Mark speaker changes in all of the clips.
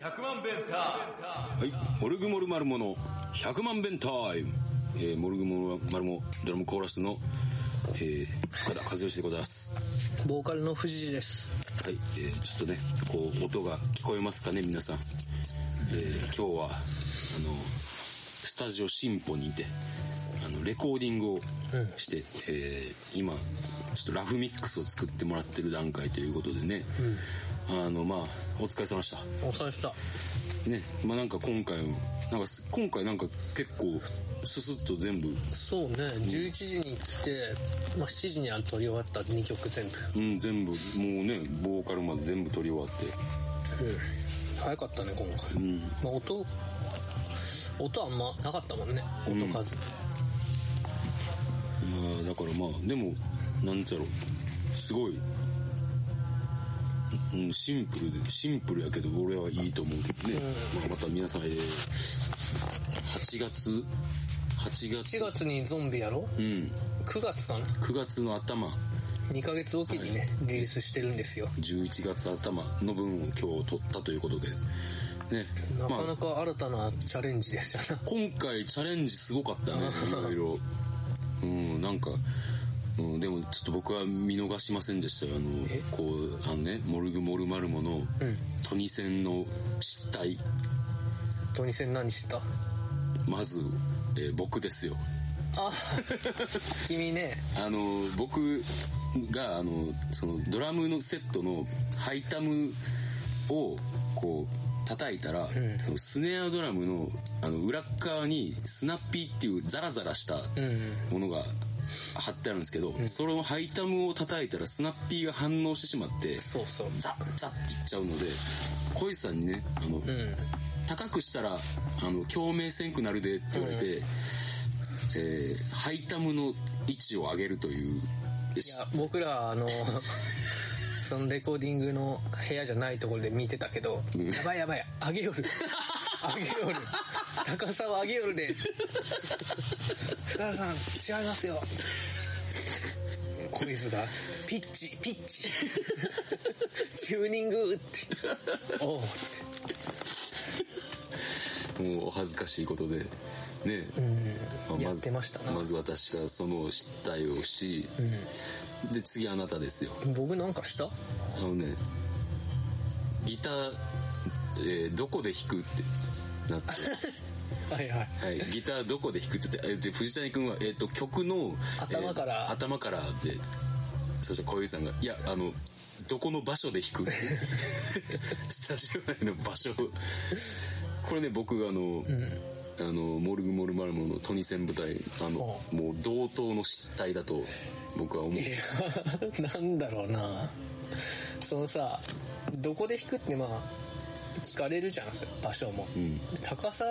Speaker 1: はい、モルグモルマルモの100万弁タイム。えー、モルグモルマルモドラムコーラスの、えー、岡田和義でございます。
Speaker 2: ボーカルの藤井です。
Speaker 1: はい、えー、ちょっとね、こう、音が聞こえますかね、皆さん。えー、今日は、あの、スタジオ進歩にいて、あの、レコーディングをして、えー、今、ちょっとラフミックスを作ってもらってる段階ということでね、あの、まあ、お疲れ様でした。
Speaker 2: お疲れ様でした。
Speaker 1: ねまあなんか今回もなんかす今回なんか結構ススッと全部
Speaker 2: そうね、11時に来て、まあ、7時には撮り終わった2曲全部。
Speaker 1: うん全部もうねボーカルまで全部取り終わって
Speaker 2: 早かったね、今回。まあ、音、音あんまなかったもんね、音数。
Speaker 1: いやーだからまあでもなんちゃろすごい、うん、シンプルでシンプルやけど俺はいいと思うけどね、まあ、また皆さん、えー、8月8月
Speaker 2: 4月にゾンビやろ
Speaker 1: うん、
Speaker 2: ?9 月かな
Speaker 1: 9月の頭
Speaker 2: ?2 ヶ月おきにね、リリースしてるんですよ。
Speaker 1: 11月頭の分を今日取ったということでね
Speaker 2: な
Speaker 1: まあ
Speaker 2: かなか新たなチャレンジでしたな。
Speaker 1: 今回チャレンジすごかったね、いろいろ。うん、なんか、うん、でもちょっと僕は見逃しませんでしたよ。あ
Speaker 2: え
Speaker 1: の、こう、あのね、モルグモルマルモの、トニセンの失態、
Speaker 2: トニセン何した
Speaker 1: まず、えー僕ですよ。
Speaker 2: あ、 君ね。
Speaker 1: あの、僕が、あの、その、ドラムのセットのハイタムを、こう、叩いたら、そのスネアドラムの、あの、裏っ側に、スナッピーっていうザラザラした、
Speaker 2: うん。
Speaker 1: ものが貼ってあるんですけど、それをハイタムを叩いたらスナッピーが反応してしまって、
Speaker 2: そうそう。
Speaker 1: ザッザッっていっちゃうので、小石さんにね、あの、
Speaker 2: うん。
Speaker 1: 高くしたら、あの、共鳴せんくなるでって言われて、えーハイタムの位置を上げるという、
Speaker 2: いや、僕ら、あの、 そのレコーディングの部屋じゃないところで見てたけど、
Speaker 1: ん
Speaker 2: やばいやばい、あげよ る。あげよる。高さをあげよるで。福田さん、違いますよ。こいつが、ピッチ、ピッチ。チューニング って。おうって。
Speaker 1: もうお恥ずかしいことで、ね、
Speaker 2: うん。
Speaker 1: まあ
Speaker 2: や
Speaker 1: ま
Speaker 2: っ
Speaker 1: ず
Speaker 2: てましたな。
Speaker 1: まず私がその失態をし、で、次あなたですよ。
Speaker 2: 僕なんかした
Speaker 1: あのね、ギター、えーどこで弾くってなって、
Speaker 2: はいはい。
Speaker 1: はい、ギターどこで弾くって言ってえー、で、藤谷君は、えっ、と、曲の、
Speaker 2: 頭から
Speaker 1: えー頭からで、そしたら小遊さんが、いや、あの、どこの場所で弾く スタジオ内の場所。これね、僕があの、あの、モルグモルマルモのトニセン舞台、あの、もう同等の失態だと僕は思う。
Speaker 2: いや、なんだろうな。そのさ、どこで弾くってまあ、聞かれるじゃん、それ場所も。
Speaker 1: ん
Speaker 2: 高さ、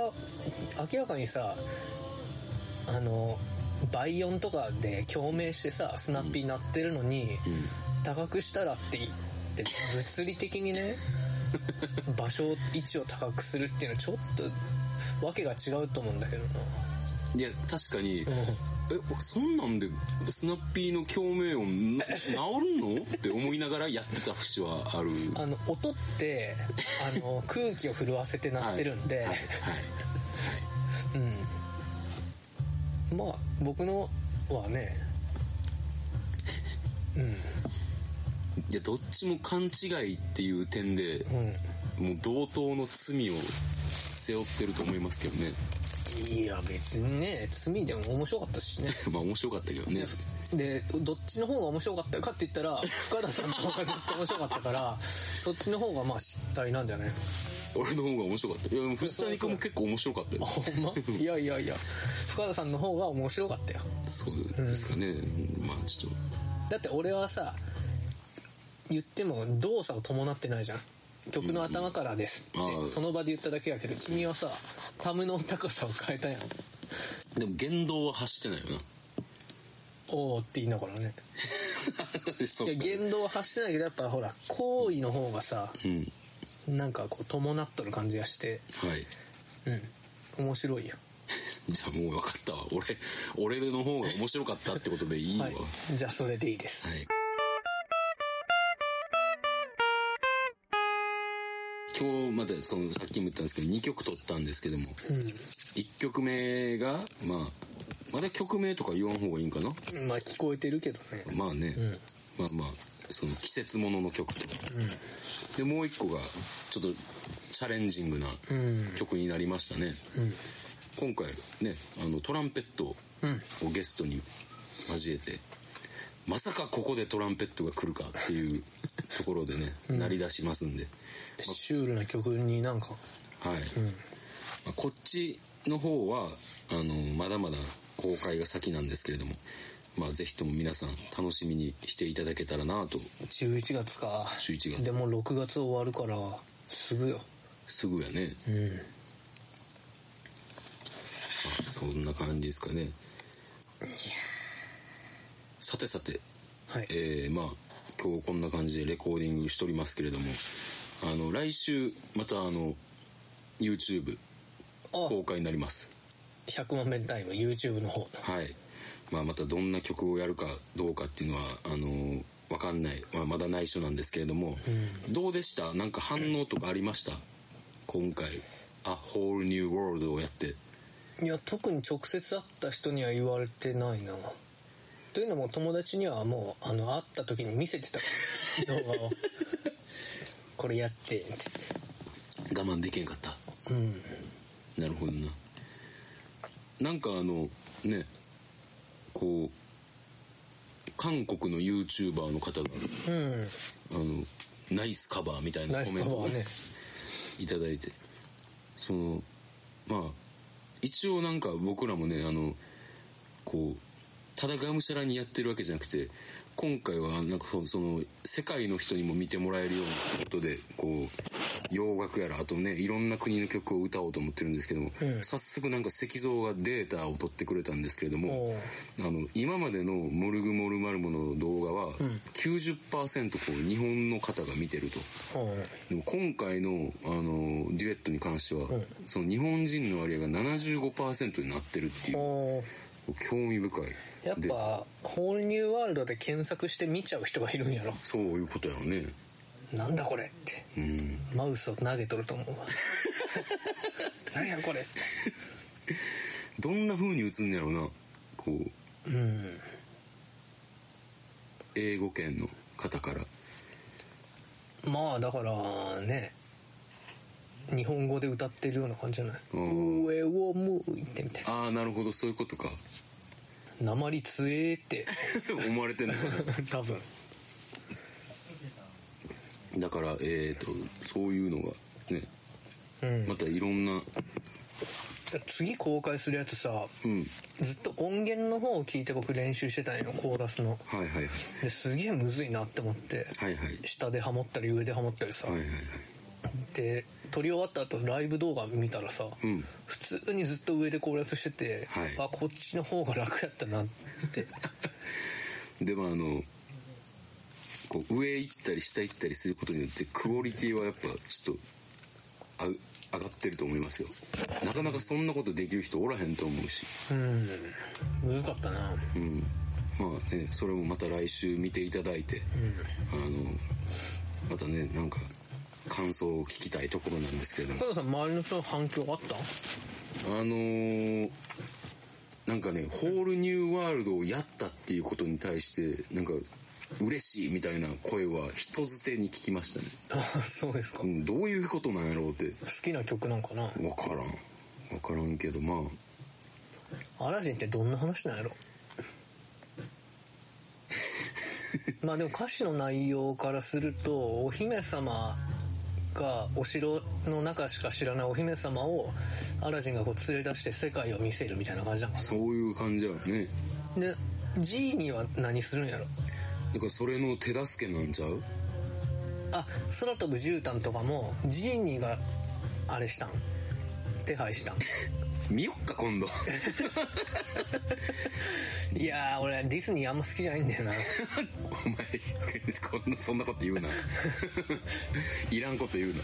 Speaker 2: 明らかにさ、あの、倍音とかで共鳴してさ、スナッピー鳴ってるのに、高くしたらって言って、物理的 にね、場所、位置を高くするっていうのはちょっと、わけが違うと思うんだけどな。
Speaker 1: いや、確かに、え、そんなんで、スナッピーの共鳴音、な治るのって思いながらやってた節はある。
Speaker 2: あの、音って、あの、 空気を震わせて鳴ってるんで、
Speaker 1: はい。はい。
Speaker 2: うん。まあ、僕のはね、
Speaker 1: いや、どっちも勘違いっていう点で、もう同等の罪を背負ってると思いますけどね。
Speaker 2: いや、別にね、罪でも面白かったしね。
Speaker 1: まあ面白かったけどね。
Speaker 2: で、どっちの方が面白かったかって言ったら、深田さんの方が絶対面白かったから、そっちの方がまあ失態なんじゃない
Speaker 1: 俺の方が面白かった。いや、でも藤谷君も結構面白かったよ。
Speaker 2: ほんまいやいやいや、深田さんの方が面白かったよ。
Speaker 1: そうですかね。まあちょっ
Speaker 2: だって俺はさ、言っても動作を伴ってないじゃん。曲の頭からですって、
Speaker 1: うんああ
Speaker 2: その場で言っただけやけど、君はさ、タムの高さを変えたやん。
Speaker 1: と。でも言動は発してないよな。
Speaker 2: おーって言いながらね。
Speaker 1: そ
Speaker 2: いや、
Speaker 1: うか。
Speaker 2: 言動は発してないけど、やっぱほら、行為の方がさ、
Speaker 1: うん。
Speaker 2: なんかこう、伴っとる感じがして、
Speaker 1: はい。
Speaker 2: うん。面白いよ。
Speaker 1: じゃあもう分かったわ。俺、俺の方が面白かったってことでいいわ。
Speaker 2: はい。じゃあ、それでいいです。
Speaker 1: はい。今日までそのさっきも言ったんですけど2曲取ったんですけども1曲目がまあまだ曲名とか言わん方がいいんかな
Speaker 2: うんまあ聞こえてるけどね
Speaker 1: まあね、まあまあその季節ものの曲とか、でもう一個がちょっとチャレンジングな
Speaker 2: うん
Speaker 1: 曲になりましたね、
Speaker 2: ん
Speaker 1: 今回ねあのトランペットをゲストに交えて、まさかここでトランペットが来るかっていうところで ね、鳴り出しますんで、
Speaker 2: シュールな曲になんか
Speaker 1: はい、まあこっちの方はあのまだまだ公開が先なんですけれどもまあぜひとも皆さん楽しみにしていただけたらなと
Speaker 2: 11月か
Speaker 1: 11月
Speaker 2: でも6月終わるからすぐよ
Speaker 1: すぐやね、
Speaker 2: うん
Speaker 1: あそんな感じですかねさてさて
Speaker 2: はい
Speaker 1: えーまあ今日こんな感じでレコーディングしておりますけれどもあの来週またあの YouTube
Speaker 2: あ
Speaker 1: 公開になります
Speaker 2: 100万遍タイム YouTube の方の
Speaker 1: はい、まあ、またどんな曲をやるかどうかっていうのはあの分かんない、まあ、まだ内緒なんですけれども、どうでしたなんか反応とかありました今回「A Whole New World」をやって
Speaker 2: いや特に直接会った人には言われてないなというのも友達にはもうあの会った時に見せてたから 動画をこれやってって
Speaker 1: 我慢できへんかった
Speaker 2: 言って
Speaker 1: なるほどななんかあのねこう韓国の YouTuber の方が
Speaker 2: うんうん
Speaker 1: あのナイスカバーみたい
Speaker 2: ナ
Speaker 1: な
Speaker 2: イ
Speaker 1: コ
Speaker 2: ス
Speaker 1: メン
Speaker 2: カ
Speaker 1: ト
Speaker 2: バ
Speaker 1: を
Speaker 2: ーね
Speaker 1: ねいただいてそのまあ一応なんか僕らもねあのこうただがむしゃらにやってるわけじゃなくて今回はなんかそその世界の人にも見てもらえるようなことでこう洋楽やらあとねいろんな国の曲を歌おうと思ってるんですけども、
Speaker 2: うん
Speaker 1: 早速なんか石像がデータを取ってくれたんですけれども
Speaker 2: おう
Speaker 1: あの今までの「モルグモルマルモ」の動画は90%こう日本の方が見てると。
Speaker 2: うん
Speaker 1: でも今回の、あのデュエットに関しては、その日本人の割合が75%になってるっていう
Speaker 2: おう
Speaker 1: 興味深い
Speaker 2: やっ
Speaker 1: で
Speaker 2: ぱ「ホールニューワールド」で検索して見ちゃう人がいるんやろ
Speaker 1: そういうことやろね
Speaker 2: なんだこれって
Speaker 1: うん
Speaker 2: マウスを投げとると 思うわなんやこれって
Speaker 1: どんな風に映んねやろなこう
Speaker 2: うん
Speaker 1: 英語圏の方から
Speaker 2: まあだからね日本語で歌ってるような感じじゃない
Speaker 1: うん
Speaker 2: 上を向いてみたいな
Speaker 1: ああなるほどそういうことか
Speaker 2: 鉛つえーって
Speaker 1: 思われてんのか
Speaker 2: 多分
Speaker 1: なだからえー、とそういうのがね
Speaker 2: うん
Speaker 1: またいろんな
Speaker 2: 次公開するやつさ
Speaker 1: うん
Speaker 2: ずっと音源の方を聞いて僕練習してたんよコーラスの
Speaker 1: はいはいはい
Speaker 2: ですげえむずいなって思って
Speaker 1: はいはい
Speaker 2: 下でハモったり上でハモったりさ、
Speaker 1: はいはいはい
Speaker 2: で撮り終わった後ライブ動画見たらさ、
Speaker 1: ん
Speaker 2: 普通にずっと上でコーラスしてて、
Speaker 1: はい
Speaker 2: あこっちの方が楽やったなって
Speaker 1: でもあのこう上行ったり下行ったりすることによってクオリティはやっぱちょっとあ上がってると思いますよなかなかそんなことできる人おらへんと思うし
Speaker 2: うんむずかったな
Speaker 1: うんまあねそれもまた来週見ていただいて、あのまたねなんか感想を聞きたいところなんですけれども
Speaker 2: 佐藤さん周りの人の反響あった
Speaker 1: あのーなんかね、ホールニューワールドをやったっていうことに対して、なんか、嬉しいみたいな声は人づてに聞きましたね。
Speaker 2: あそうですか、
Speaker 1: う
Speaker 2: 好
Speaker 1: んどういうことなんやろうって、
Speaker 2: きな曲なんかな
Speaker 1: わからん。わからんけど、まあ、
Speaker 2: アラジンってどんな話なんやろまあでも歌詞の内容からするとお姫様がお城の中しか知らないお姫様をアラジンがこう連れ出して世界を見せるみたいな感じだもん
Speaker 1: そういう感じやろね。
Speaker 2: でジーニーは何するんやろ
Speaker 1: だからそれの手助けなんちゃう
Speaker 2: あ空飛ぶ絨毯とかもジーニーがあれしたん手配したん
Speaker 1: 見よっか、今度。
Speaker 2: いやー俺ディズニーあんま好きじゃないんだよな
Speaker 1: お前、こんな、そんなこと言うな。 いらんこと言うな。好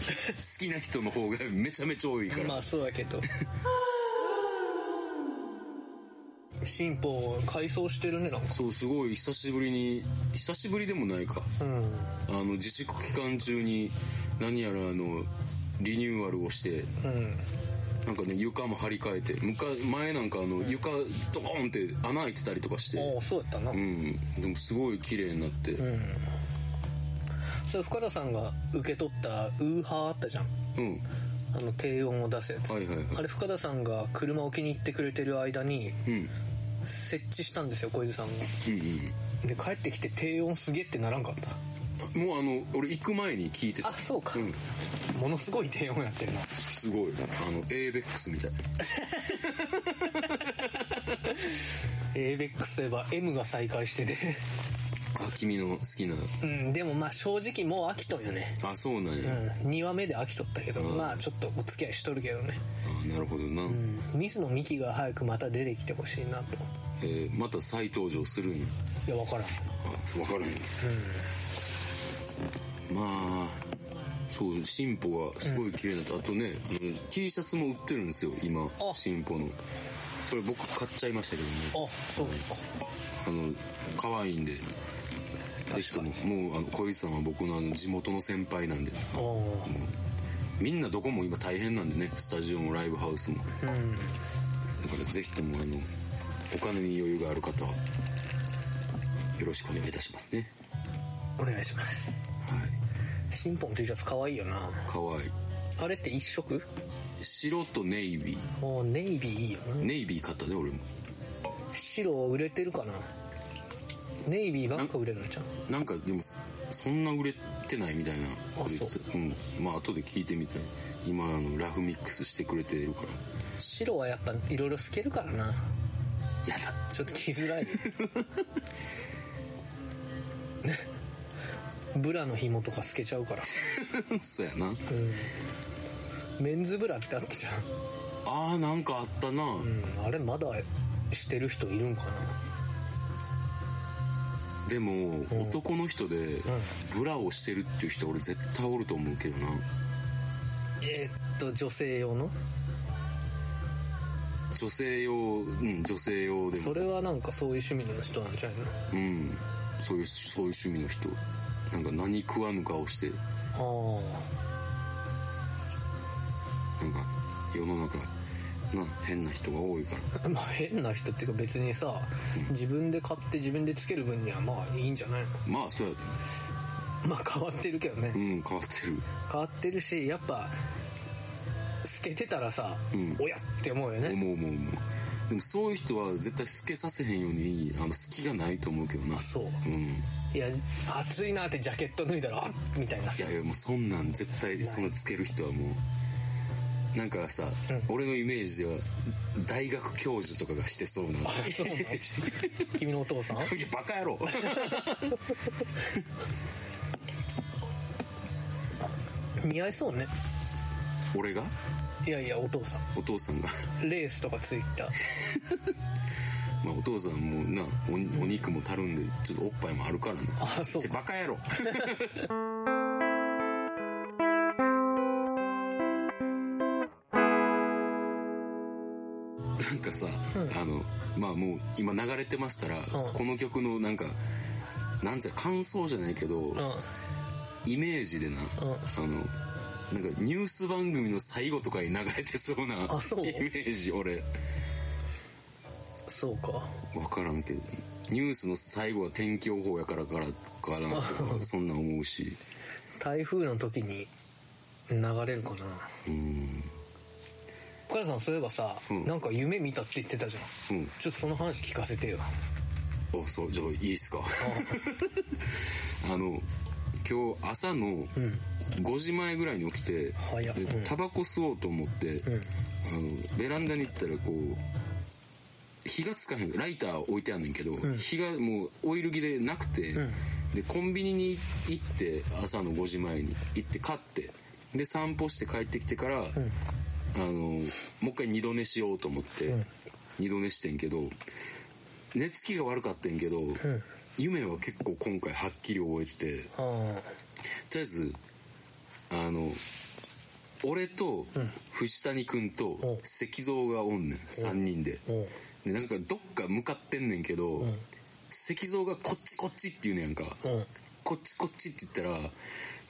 Speaker 1: きな人の方がめちゃめちゃ多いから。
Speaker 2: まあそうだけ ど進歩を改装してるねなんか
Speaker 1: そう、すごい久しぶりに、久しぶりでもないか。
Speaker 2: うん
Speaker 1: あの自粛期間中に何やらあのリニューアルをして
Speaker 2: うん
Speaker 1: なんかね床も張り替えて昔前なんかあの床ドーンって穴開いてたりとかして
Speaker 2: おおそうやったな、
Speaker 1: うんでもすごい綺麗になって
Speaker 2: それ深田さんが受け取ったウーハーあったじゃん
Speaker 1: うん
Speaker 2: あの低音を出すやつ、
Speaker 1: はいはいはい
Speaker 2: あれ深田さんが車を気に入ってくれてる間に
Speaker 1: うん
Speaker 2: 設置したんですよ小出さんが
Speaker 1: うん
Speaker 2: で帰ってきて低音すげえってならんかった
Speaker 1: うんもうあの俺行く前に聞いてた
Speaker 2: あそうか、
Speaker 1: うん
Speaker 2: ものすごい低音やってるな
Speaker 1: すごいあの ABEX みたい
Speaker 2: ABEX といえば M が再開してて
Speaker 1: あ君の好きな
Speaker 2: うんでもまあ正直もう飽きとんよね
Speaker 1: あそうなんや、
Speaker 2: うん2話目で飽きとったけど、まあちょっとお付き合いしとるけどね、
Speaker 1: あなるほどな、
Speaker 2: うん、水野美紀が早くまた出てきてほしいなと
Speaker 1: えーまた再登場するんや
Speaker 2: いや分からん
Speaker 1: あ分からへん、まあそう進歩がすごい綺麗になった、あとねあの T シャツも売ってるんですよ今
Speaker 2: あ
Speaker 1: 進歩のそれ僕買っちゃいましたけどね
Speaker 2: あそうですか
Speaker 1: あの可愛いんでぜひとももうあの小石さんは僕のあの地元の先輩なんで
Speaker 2: ああ
Speaker 1: みんなどこも今大変なんでねスタジオもライブハウスもだか
Speaker 2: うん
Speaker 1: らぜひともあのお金に余裕がある方はよろしくお願いいたしますね
Speaker 2: お願いします
Speaker 1: はい
Speaker 2: シンポン T シャツかわいいよな
Speaker 1: 可愛い
Speaker 2: あれって一色
Speaker 1: 白とネイビー
Speaker 2: もうネイビーいいよな
Speaker 1: ネイビー買ったで俺も
Speaker 2: 白売れてるかなネイビーばっか売れるんじゃん
Speaker 1: なんかでもそんな売れてないみたいな
Speaker 2: あそう
Speaker 1: うんまあ後で聞いてみたい今あのラフミックスしてくれてるから
Speaker 2: 白はやっぱいろいろ透けるからな
Speaker 1: やだ
Speaker 2: ちょっと着づらい ブラの紐とか透けちゃうから
Speaker 1: そうやな
Speaker 2: メンズブラってあったじゃ
Speaker 1: あーなんかあったな、
Speaker 2: ん、うん、あれまだしてる人いるんかな
Speaker 1: でも、男の人でブラをしてるっていう人俺絶対おると思うけどな
Speaker 2: えーっと女性用の
Speaker 1: 女性用うん女性用で
Speaker 2: そ
Speaker 1: も
Speaker 2: れはなんかそういう趣味の人なんじゃないの
Speaker 1: うんそういうそういう趣味の人なんか何食わぬ顔して
Speaker 2: あ
Speaker 1: なんか世の中な変な人が多いから
Speaker 2: あまあ変な人っていうか別にさ自分で買って自分でつける分にはまあいいんじゃないの
Speaker 1: まあそうやで
Speaker 2: まあ変わってるけどね
Speaker 1: うん変わってる
Speaker 2: 変わってるしやっぱ透けてたらさ、
Speaker 1: うん
Speaker 2: おやって思うよね
Speaker 1: 思う思う思うでもそういう人は絶対透けさせへんようにあの隙がないと思うけどな
Speaker 2: あそう
Speaker 1: うんい
Speaker 2: いや暑いなってジャケット脱いだらあっみたいなさ
Speaker 1: やいやもうそんなん絶対そんなつける人はもうなんかさ、俺のイメージでは大学教授とかがしてそうな い
Speaker 2: そうなん君のお 父さん
Speaker 1: やバカ野郎
Speaker 2: 似合いそうね
Speaker 1: 俺が
Speaker 2: いやいやお父さん
Speaker 1: お父さんが
Speaker 2: レースとかつい た
Speaker 1: まあお父さんもなおお肉もたるんでちょっとおっぱいもあるからな
Speaker 2: あそう
Speaker 1: ってバカ野郎 なんかさ、あのまあもう今流れてますから、
Speaker 2: うん
Speaker 1: この曲のなんかなんつうか感想じゃないけど、
Speaker 2: う
Speaker 1: イメージでな、
Speaker 2: ん
Speaker 1: あのなんかニュース番組の最後とかに流れてそうな
Speaker 2: あそう
Speaker 1: イメージ俺
Speaker 2: んそうか
Speaker 1: 分からんけどニュースの最後は天気予報やからからかなとかそんなん思うし
Speaker 2: 台風の時に流れるかな
Speaker 1: うん
Speaker 2: 岡田さんそういえばさ、
Speaker 1: うん
Speaker 2: なんか夢見たって言ってたじゃん、
Speaker 1: うん
Speaker 2: ちょっとその話聞かせてよ
Speaker 1: あそうじゃあいいっす かあの今日朝の5時前ぐらいに起きて
Speaker 2: 早っ
Speaker 1: で
Speaker 2: うん
Speaker 1: タバコ吸おうと思って、あのベランダに行ったらこう火がつかへんライター置いてあんねんけど、火がもうオイル着でなくて、でコンビニに行って朝の5時前に行って買ってで散歩して帰ってきてから、あのもう一回二度寝しようと思って、二度寝してんけど寝つきが悪かったんやけど、夢は結構今回はっきり覚えてて
Speaker 2: ああ
Speaker 1: とりあえずあの俺と藤谷君と石像がおんねん3人で
Speaker 2: おう
Speaker 1: でなんかどっか向かってんねんけど石像がこっちこっちって言うねやんか
Speaker 2: うん
Speaker 1: こっちこっちって言ったら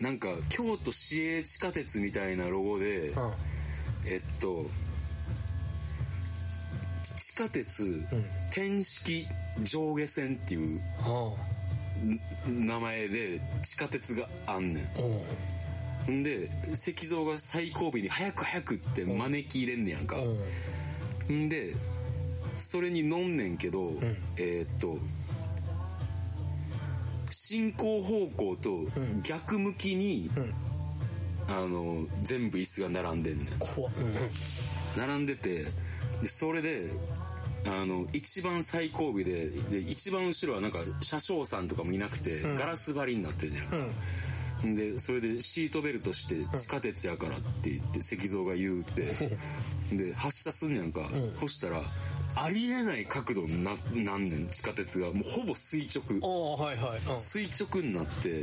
Speaker 1: なんか京都市営地下鉄みたいなロゴで、
Speaker 2: うん
Speaker 1: えっと地下鉄、
Speaker 2: ん
Speaker 1: 天式上下線っていう
Speaker 2: うん
Speaker 1: ん名前で地下鉄があんねん
Speaker 2: うん
Speaker 1: ほんで石像が最後尾に「早く早く」って招き入れんねやんか、
Speaker 2: うん
Speaker 1: んでそれに飲んねんけど、えーっと進行方向と逆向きに、
Speaker 2: ん
Speaker 1: あの全部椅子が並んでんねん
Speaker 2: 怖っうん
Speaker 1: 並んでてでそれであの一番最後尾でで一番後ろはなんか車掌さんとかもいなくて、ガラス張りになってるじゃんでそれでシートベルトして地下鉄やからって言って石像が言う って、で発車すんねやんか、そしたらありえない角度にななんねん地下鉄がもうほぼ垂
Speaker 2: あ
Speaker 1: 直
Speaker 2: あはいはいうん
Speaker 1: 垂直になって、で
Speaker 2: ん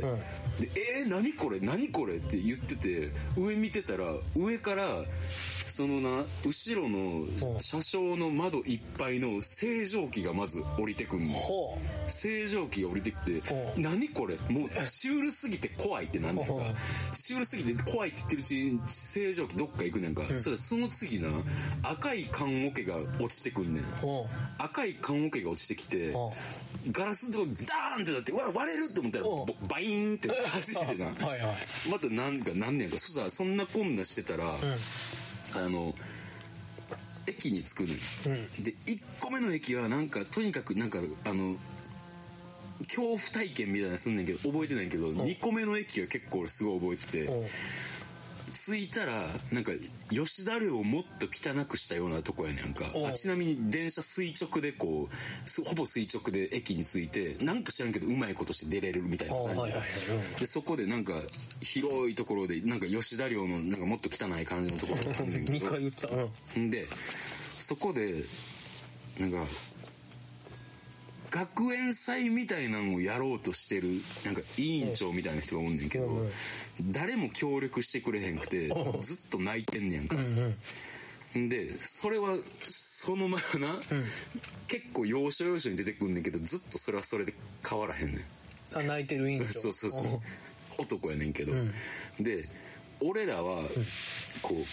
Speaker 1: えー、何これ何これって言ってて上見てたら上からそのな後ろ
Speaker 2: う
Speaker 1: の
Speaker 2: ん
Speaker 1: 車掌の窓いっぱいの正常機がまず降りてくんの
Speaker 2: ほう
Speaker 1: 正常期が降りてきて「
Speaker 2: うん
Speaker 1: 何これもうシュールすぎて怖い」ってなんねんか
Speaker 2: うん
Speaker 1: シュールすぎて怖いって言ってるうちに正常期どっか行くねんか、そしたらその次な赤い缶オケが落ちてくんねん
Speaker 2: ほ
Speaker 1: 赤い缶オケが落ちてきて
Speaker 2: う
Speaker 1: ガラスのとこダーンってなってうわ割れるって思ったら
Speaker 2: うん
Speaker 1: ボバイーン って走ってな
Speaker 2: うんはいはい
Speaker 1: またなんかなんねんかそしたらそんなこんなしてたら、あの駅に着くのよ、で1個目の駅はなんかとにかくなんかあの恐怖体験みたいなのすんねんけど覚えてないけど、二2個目の駅は結構俺すごい覚えてて、
Speaker 2: うん
Speaker 1: 着いたらなんか吉田寮をもっと汚くしたようなとこやねんか
Speaker 2: うん
Speaker 1: あちなみに電車垂直でこうすほぼ垂直で駅に着いてなんか知らんけどうまいことして出れるみたいな
Speaker 2: ああはい
Speaker 1: 感じ、
Speaker 2: はいはい
Speaker 1: でそこでなんか広いところでなんか吉田寮のなんかもっと汚い感じのところだったんだ
Speaker 2: うん
Speaker 1: け
Speaker 2: 二
Speaker 1: ど
Speaker 2: 回言ったうん
Speaker 1: んでそこでなんか学園祭みたいなのをやろうとしてるなんか委員長みたいな人がおんねんけど、
Speaker 2: うんうん
Speaker 1: 誰も協力してくれへんくて
Speaker 2: うん
Speaker 1: ずっと泣いてんねやんか、
Speaker 2: うんうん
Speaker 1: んでそれはそのままな、結構要所要所に出てくんねんけどずっとそれはそれで変わらへんねん
Speaker 2: あ泣いてる委員長
Speaker 1: そうそうそう男やねんけど、で俺らはこう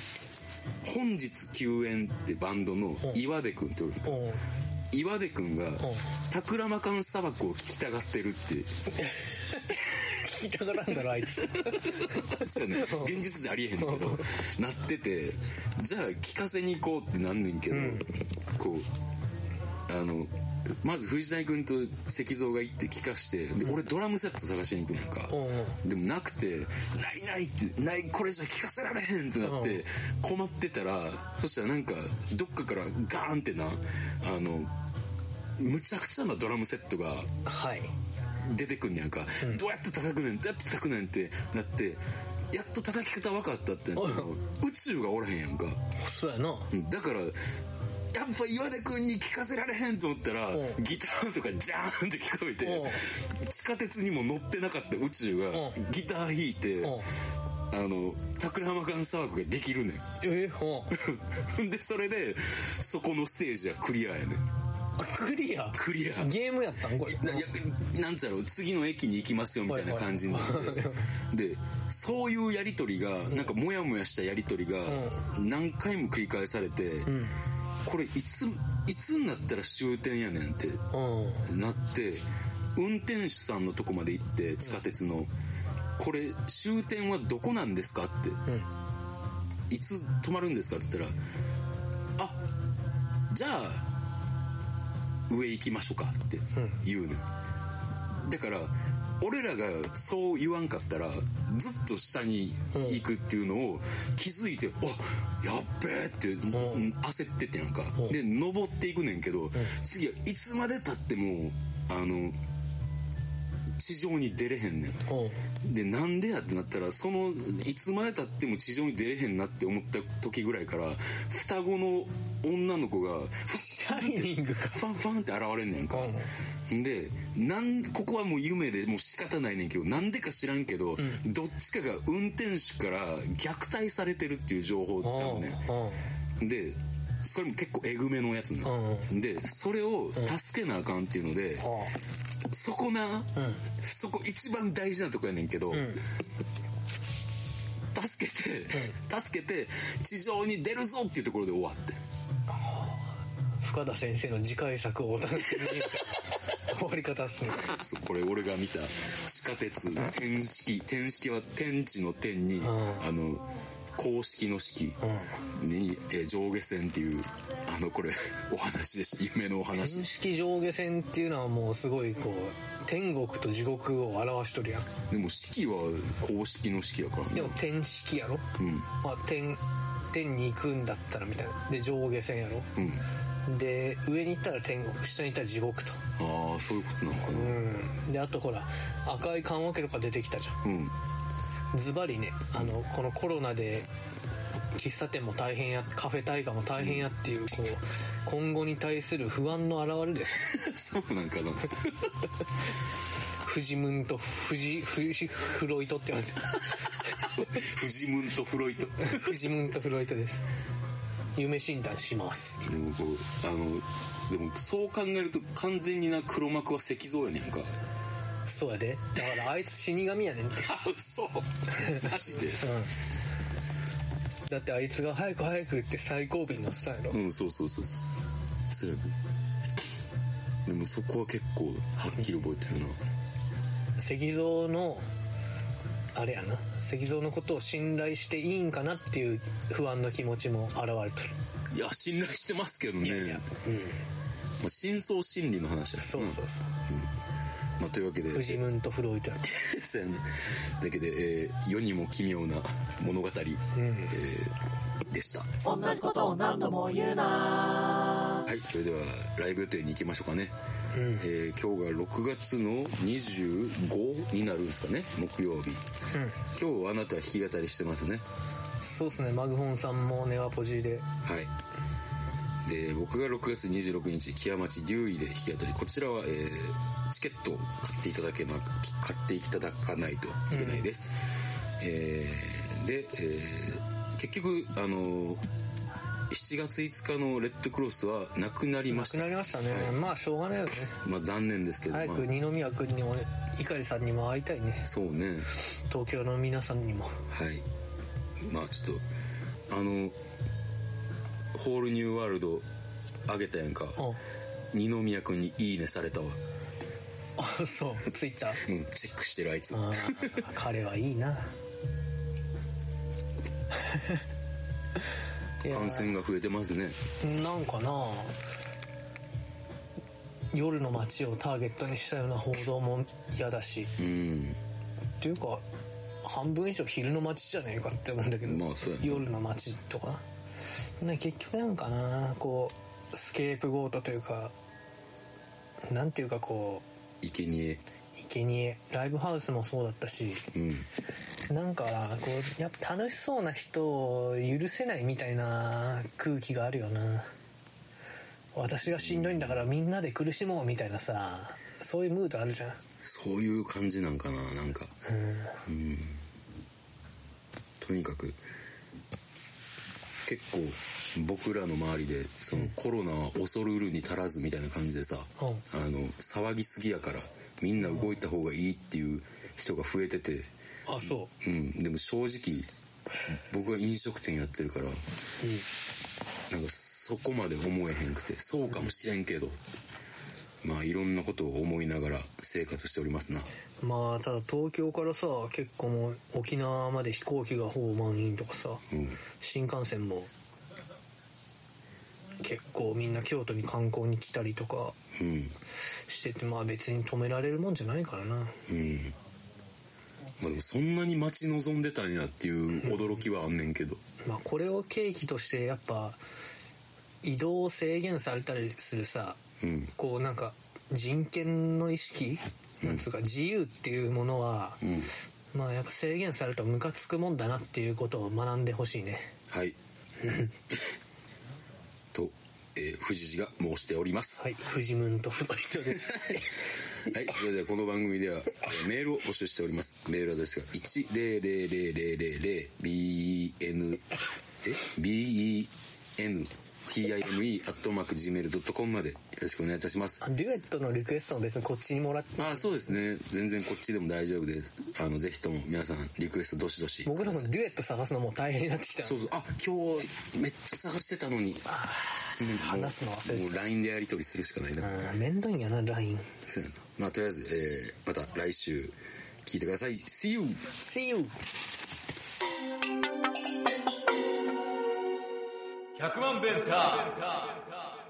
Speaker 1: 「本日休園」ってバンドの岩出君って俺
Speaker 2: うんうん
Speaker 1: 岩出君が「タクラマカン砂漠を聴きたがってる」って
Speaker 2: 聞いたがらんだろあいつ
Speaker 1: そうやね現実じゃありえへんけどなっててじゃあ聞かせに行こうってなんねんけど、こうあのまず藤谷君と石像が行って聞かしてで俺ドラムセット探しに行くんやんか、
Speaker 2: うんうん
Speaker 1: でもなくて「ないない」って「ないこれじゃ聞かせられへん」ってなって困ってたらそしたらなんかどっかからガーンってなあのむちゃくちゃなドラムセットが
Speaker 2: はい
Speaker 1: 出てくんねやんか、どうやって叩くねんどうやって叩くねんってなってやっと叩き方分かったってなったけど宇宙がおらへんやんか
Speaker 2: そうやな
Speaker 1: うんだからやっぱ岩出君に聞かせられへんと思ったら
Speaker 2: うん
Speaker 1: ギターとかジャーンって聞こえ
Speaker 2: う
Speaker 1: て地下鉄にも乗ってなかった宇宙が
Speaker 2: うん
Speaker 1: ギター弾いて
Speaker 2: うん
Speaker 1: あの桜間間サークができるねん
Speaker 2: えうん
Speaker 1: ほんで それでそこのステージはクリアやねん
Speaker 2: あクリア
Speaker 1: クリア
Speaker 2: ゲームやったんこれ
Speaker 1: なやなんつうやろ次の駅に行きますよみたいな感じになってでそういうやり取りがなんかモヤモヤしたやり取りが何回も繰り返されて、これいついつになったら終点やねんって
Speaker 2: うん
Speaker 1: なって運転手さんのとこまで行って地下鉄の「これ終点はどこなんですか?」って
Speaker 2: ん
Speaker 1: 「いつ止まるんですか?」って言ったら「あじゃあ上行きましょうか」って言うねんだから俺らがそう言わんかったらずっと下に行くっていうのを気づいて「あやっべえ」ってうん焦っててなんか
Speaker 2: うん
Speaker 1: で登っていくねんけど次はいつまでたってもあの地上に出れへんねん
Speaker 2: うん
Speaker 1: でなんでやってなったらそのいつまでたっても地上に出れへんなって思った時ぐらいから双子の女の子が
Speaker 2: シャイニングか
Speaker 1: ファンファンって現れんねんか、でなんここはもう夢でもう仕方ないねんけどなんでか知らんけど、どっちかが運転手から虐待されてるっていう情報をつかむねん
Speaker 2: うん
Speaker 1: でそれも結構えぐめのやつな、
Speaker 2: うん
Speaker 1: でそれを助けなあかんっていうので、
Speaker 2: は
Speaker 1: そこな、
Speaker 2: あうん
Speaker 1: そこ一番大事なとこやねんけど、助けて、助けて地上に出るぞっていうところで終わって
Speaker 2: 深田先生の次回作をお楽しみにみたいな終わり方っすね
Speaker 1: そうこれ俺が見た地下鉄の天式天式は天地の天に、
Speaker 2: ん
Speaker 1: あの公式の式に、えー上下線っていうあのこれお話でした夢のお話
Speaker 2: 天式上下線っていうのはもうすごいこう天国と地獄を表しとるやん
Speaker 1: でも式は公式の式やから
Speaker 2: で
Speaker 1: ね
Speaker 2: も天式やろ、
Speaker 1: うん
Speaker 2: まあ、天天に行くんだったらみたいなで上下線やろ
Speaker 1: うん
Speaker 2: で上に行ったら天国下に行ったら地獄と
Speaker 1: ああそういうことなのかな
Speaker 2: うんであとほら赤い棺桶とか出てきたじゃん
Speaker 1: うん
Speaker 2: ズバリねあのこのコロナで喫茶店も大変やカフェ大会も大変やっていうこう今後に対する不安の表れです
Speaker 1: そうなんかな
Speaker 2: フジムンとフジフジフロイトって言われ
Speaker 1: フジムンとフロイト
Speaker 2: てる フジムンとフロイトです夢診断します
Speaker 1: でもこうあのでもそう考えると完全にな黒幕は石像やねんか
Speaker 2: そうやでだからあいつ死神やねんって
Speaker 1: あ嘘マジで
Speaker 2: だってあいつが早く早くって最後尾に乗せたんやろ、
Speaker 1: うんそうそうそうそうそうやねでもそこは結構はっきり覚えてるな
Speaker 2: 石像のあれやな石像のことを信頼していいんかなっていう不安の気持ちも現れてる
Speaker 1: いや信頼してますけどね
Speaker 2: いやいやうん
Speaker 1: まあ真相心理の話や
Speaker 2: そうそうそう、
Speaker 1: うんまあ、というわけで
Speaker 2: フジムンとフロイトや
Speaker 1: そうやね。だけで、えー世にも奇妙な物語、えーでした。同じことを何度も言うなはい、それではライブ予定に行きましょうかね。えー今日が6月の25になるんですかね、木曜日。今日あなたは弾き語りしてますね。
Speaker 2: そうですねマグホンさんもネワポジで
Speaker 1: はい。で、僕が6月26日、木屋町デューイで弾き語り。こちらは、えーチケットを買っていただけな、買っていただかないといけないです。えーで、えー結局、あのー7月5日のレッドクロスはなくなりま
Speaker 2: な
Speaker 1: し
Speaker 2: く
Speaker 1: た。
Speaker 2: なりましたね、
Speaker 1: はい
Speaker 2: まあしょうがないよね
Speaker 1: まあ残念ですけど、
Speaker 2: 早く
Speaker 1: ま
Speaker 2: 二宮君にも碇さんにも会いたいね
Speaker 1: あ、そうね。
Speaker 2: 東京の皆さんにも
Speaker 1: はい。まあちょっと、あの、ホールニューワールドあげたやんか。
Speaker 2: うん
Speaker 1: 二宮君にいいねされたわ。
Speaker 2: あ そうツイッター
Speaker 1: うん、チェックしてるあいつ。
Speaker 2: あー彼はいい ないや
Speaker 1: 感染が増えてますね。
Speaker 2: なんかな夜の街をターゲットにしたような報道も嫌だし
Speaker 1: うん。
Speaker 2: っていうか半分以上昼の街じゃねえかって思うんだけど、
Speaker 1: まあそうやね
Speaker 2: 夜の街とかなね結局なんかなこうスケープゴートというかなんていうかこう
Speaker 1: 生贄。
Speaker 2: 生贄ライブハウスもそうだったし
Speaker 1: うん。
Speaker 2: なんかこうやっぱ楽しそうな人を許せないみたいな空気があるよな私がしんどいんだからみんなで苦しもうみたいなさそういうムードあるじゃん
Speaker 1: そういう感じなんかな、なんか。うん。とにかく、結構僕らの周りで、そのコロナは恐るるに足らずみたいな感じでさ、
Speaker 2: うん
Speaker 1: あの、騒ぎすぎやから、みんな動いた方がいいっていう人が増えてて、
Speaker 2: あそ
Speaker 1: うん、でも正直、僕は飲食店やってるから、なんか
Speaker 2: う、
Speaker 1: そこまで思えへんくて、そうかもしれんけど、まあいろんなことを思いながら生活しておりますな。
Speaker 2: まあただ東京からさ結構もう沖縄まで飛行機がほぼ満員とかさ、
Speaker 1: うん。
Speaker 2: 新幹線も結構みんな京都に観光に来たりとか
Speaker 1: うん。
Speaker 2: しててまあ別に止められるもんじゃないからな
Speaker 1: うん。まあでもそんなに待ち望んでたんやっていう驚きはあんねんけど。
Speaker 2: まあ、これを契機としてやっぱ移動を制限されたりするさ
Speaker 1: うん。
Speaker 2: こうなんか人権の意識なんつうか自由っていうものは、
Speaker 1: うん。
Speaker 2: まあやっぱ制限されるとムカつくもんだなっていうことを学んでほしいね
Speaker 1: はい。と、えー、藤士が申しております。
Speaker 2: はいフジムンとフロイトです
Speaker 1: はい、それではこの番組ではえーメールを募集しております。メールアドレスが1000000 b n え b e n time.gmail.com までよろしくお願いいたします。
Speaker 2: デュエットのリクエストも別にこっちにもらって
Speaker 1: あそうですね。全然こっちでも大丈夫です。あの、ぜひとも皆さん、リクエストどしどし。
Speaker 2: 僕らもデュエット探すのもう大変になってきた
Speaker 1: そうそう。あ、今日、めっちゃ探してたのに。話
Speaker 2: 話すの忘れて
Speaker 1: もう LINE でやり取りするしかないな。
Speaker 2: うんめんどいんやな LINE
Speaker 1: そうやな。まあ、とりあえず、えー、また来週、聞いてください。See you!
Speaker 2: See you!
Speaker 3: 100万ベンター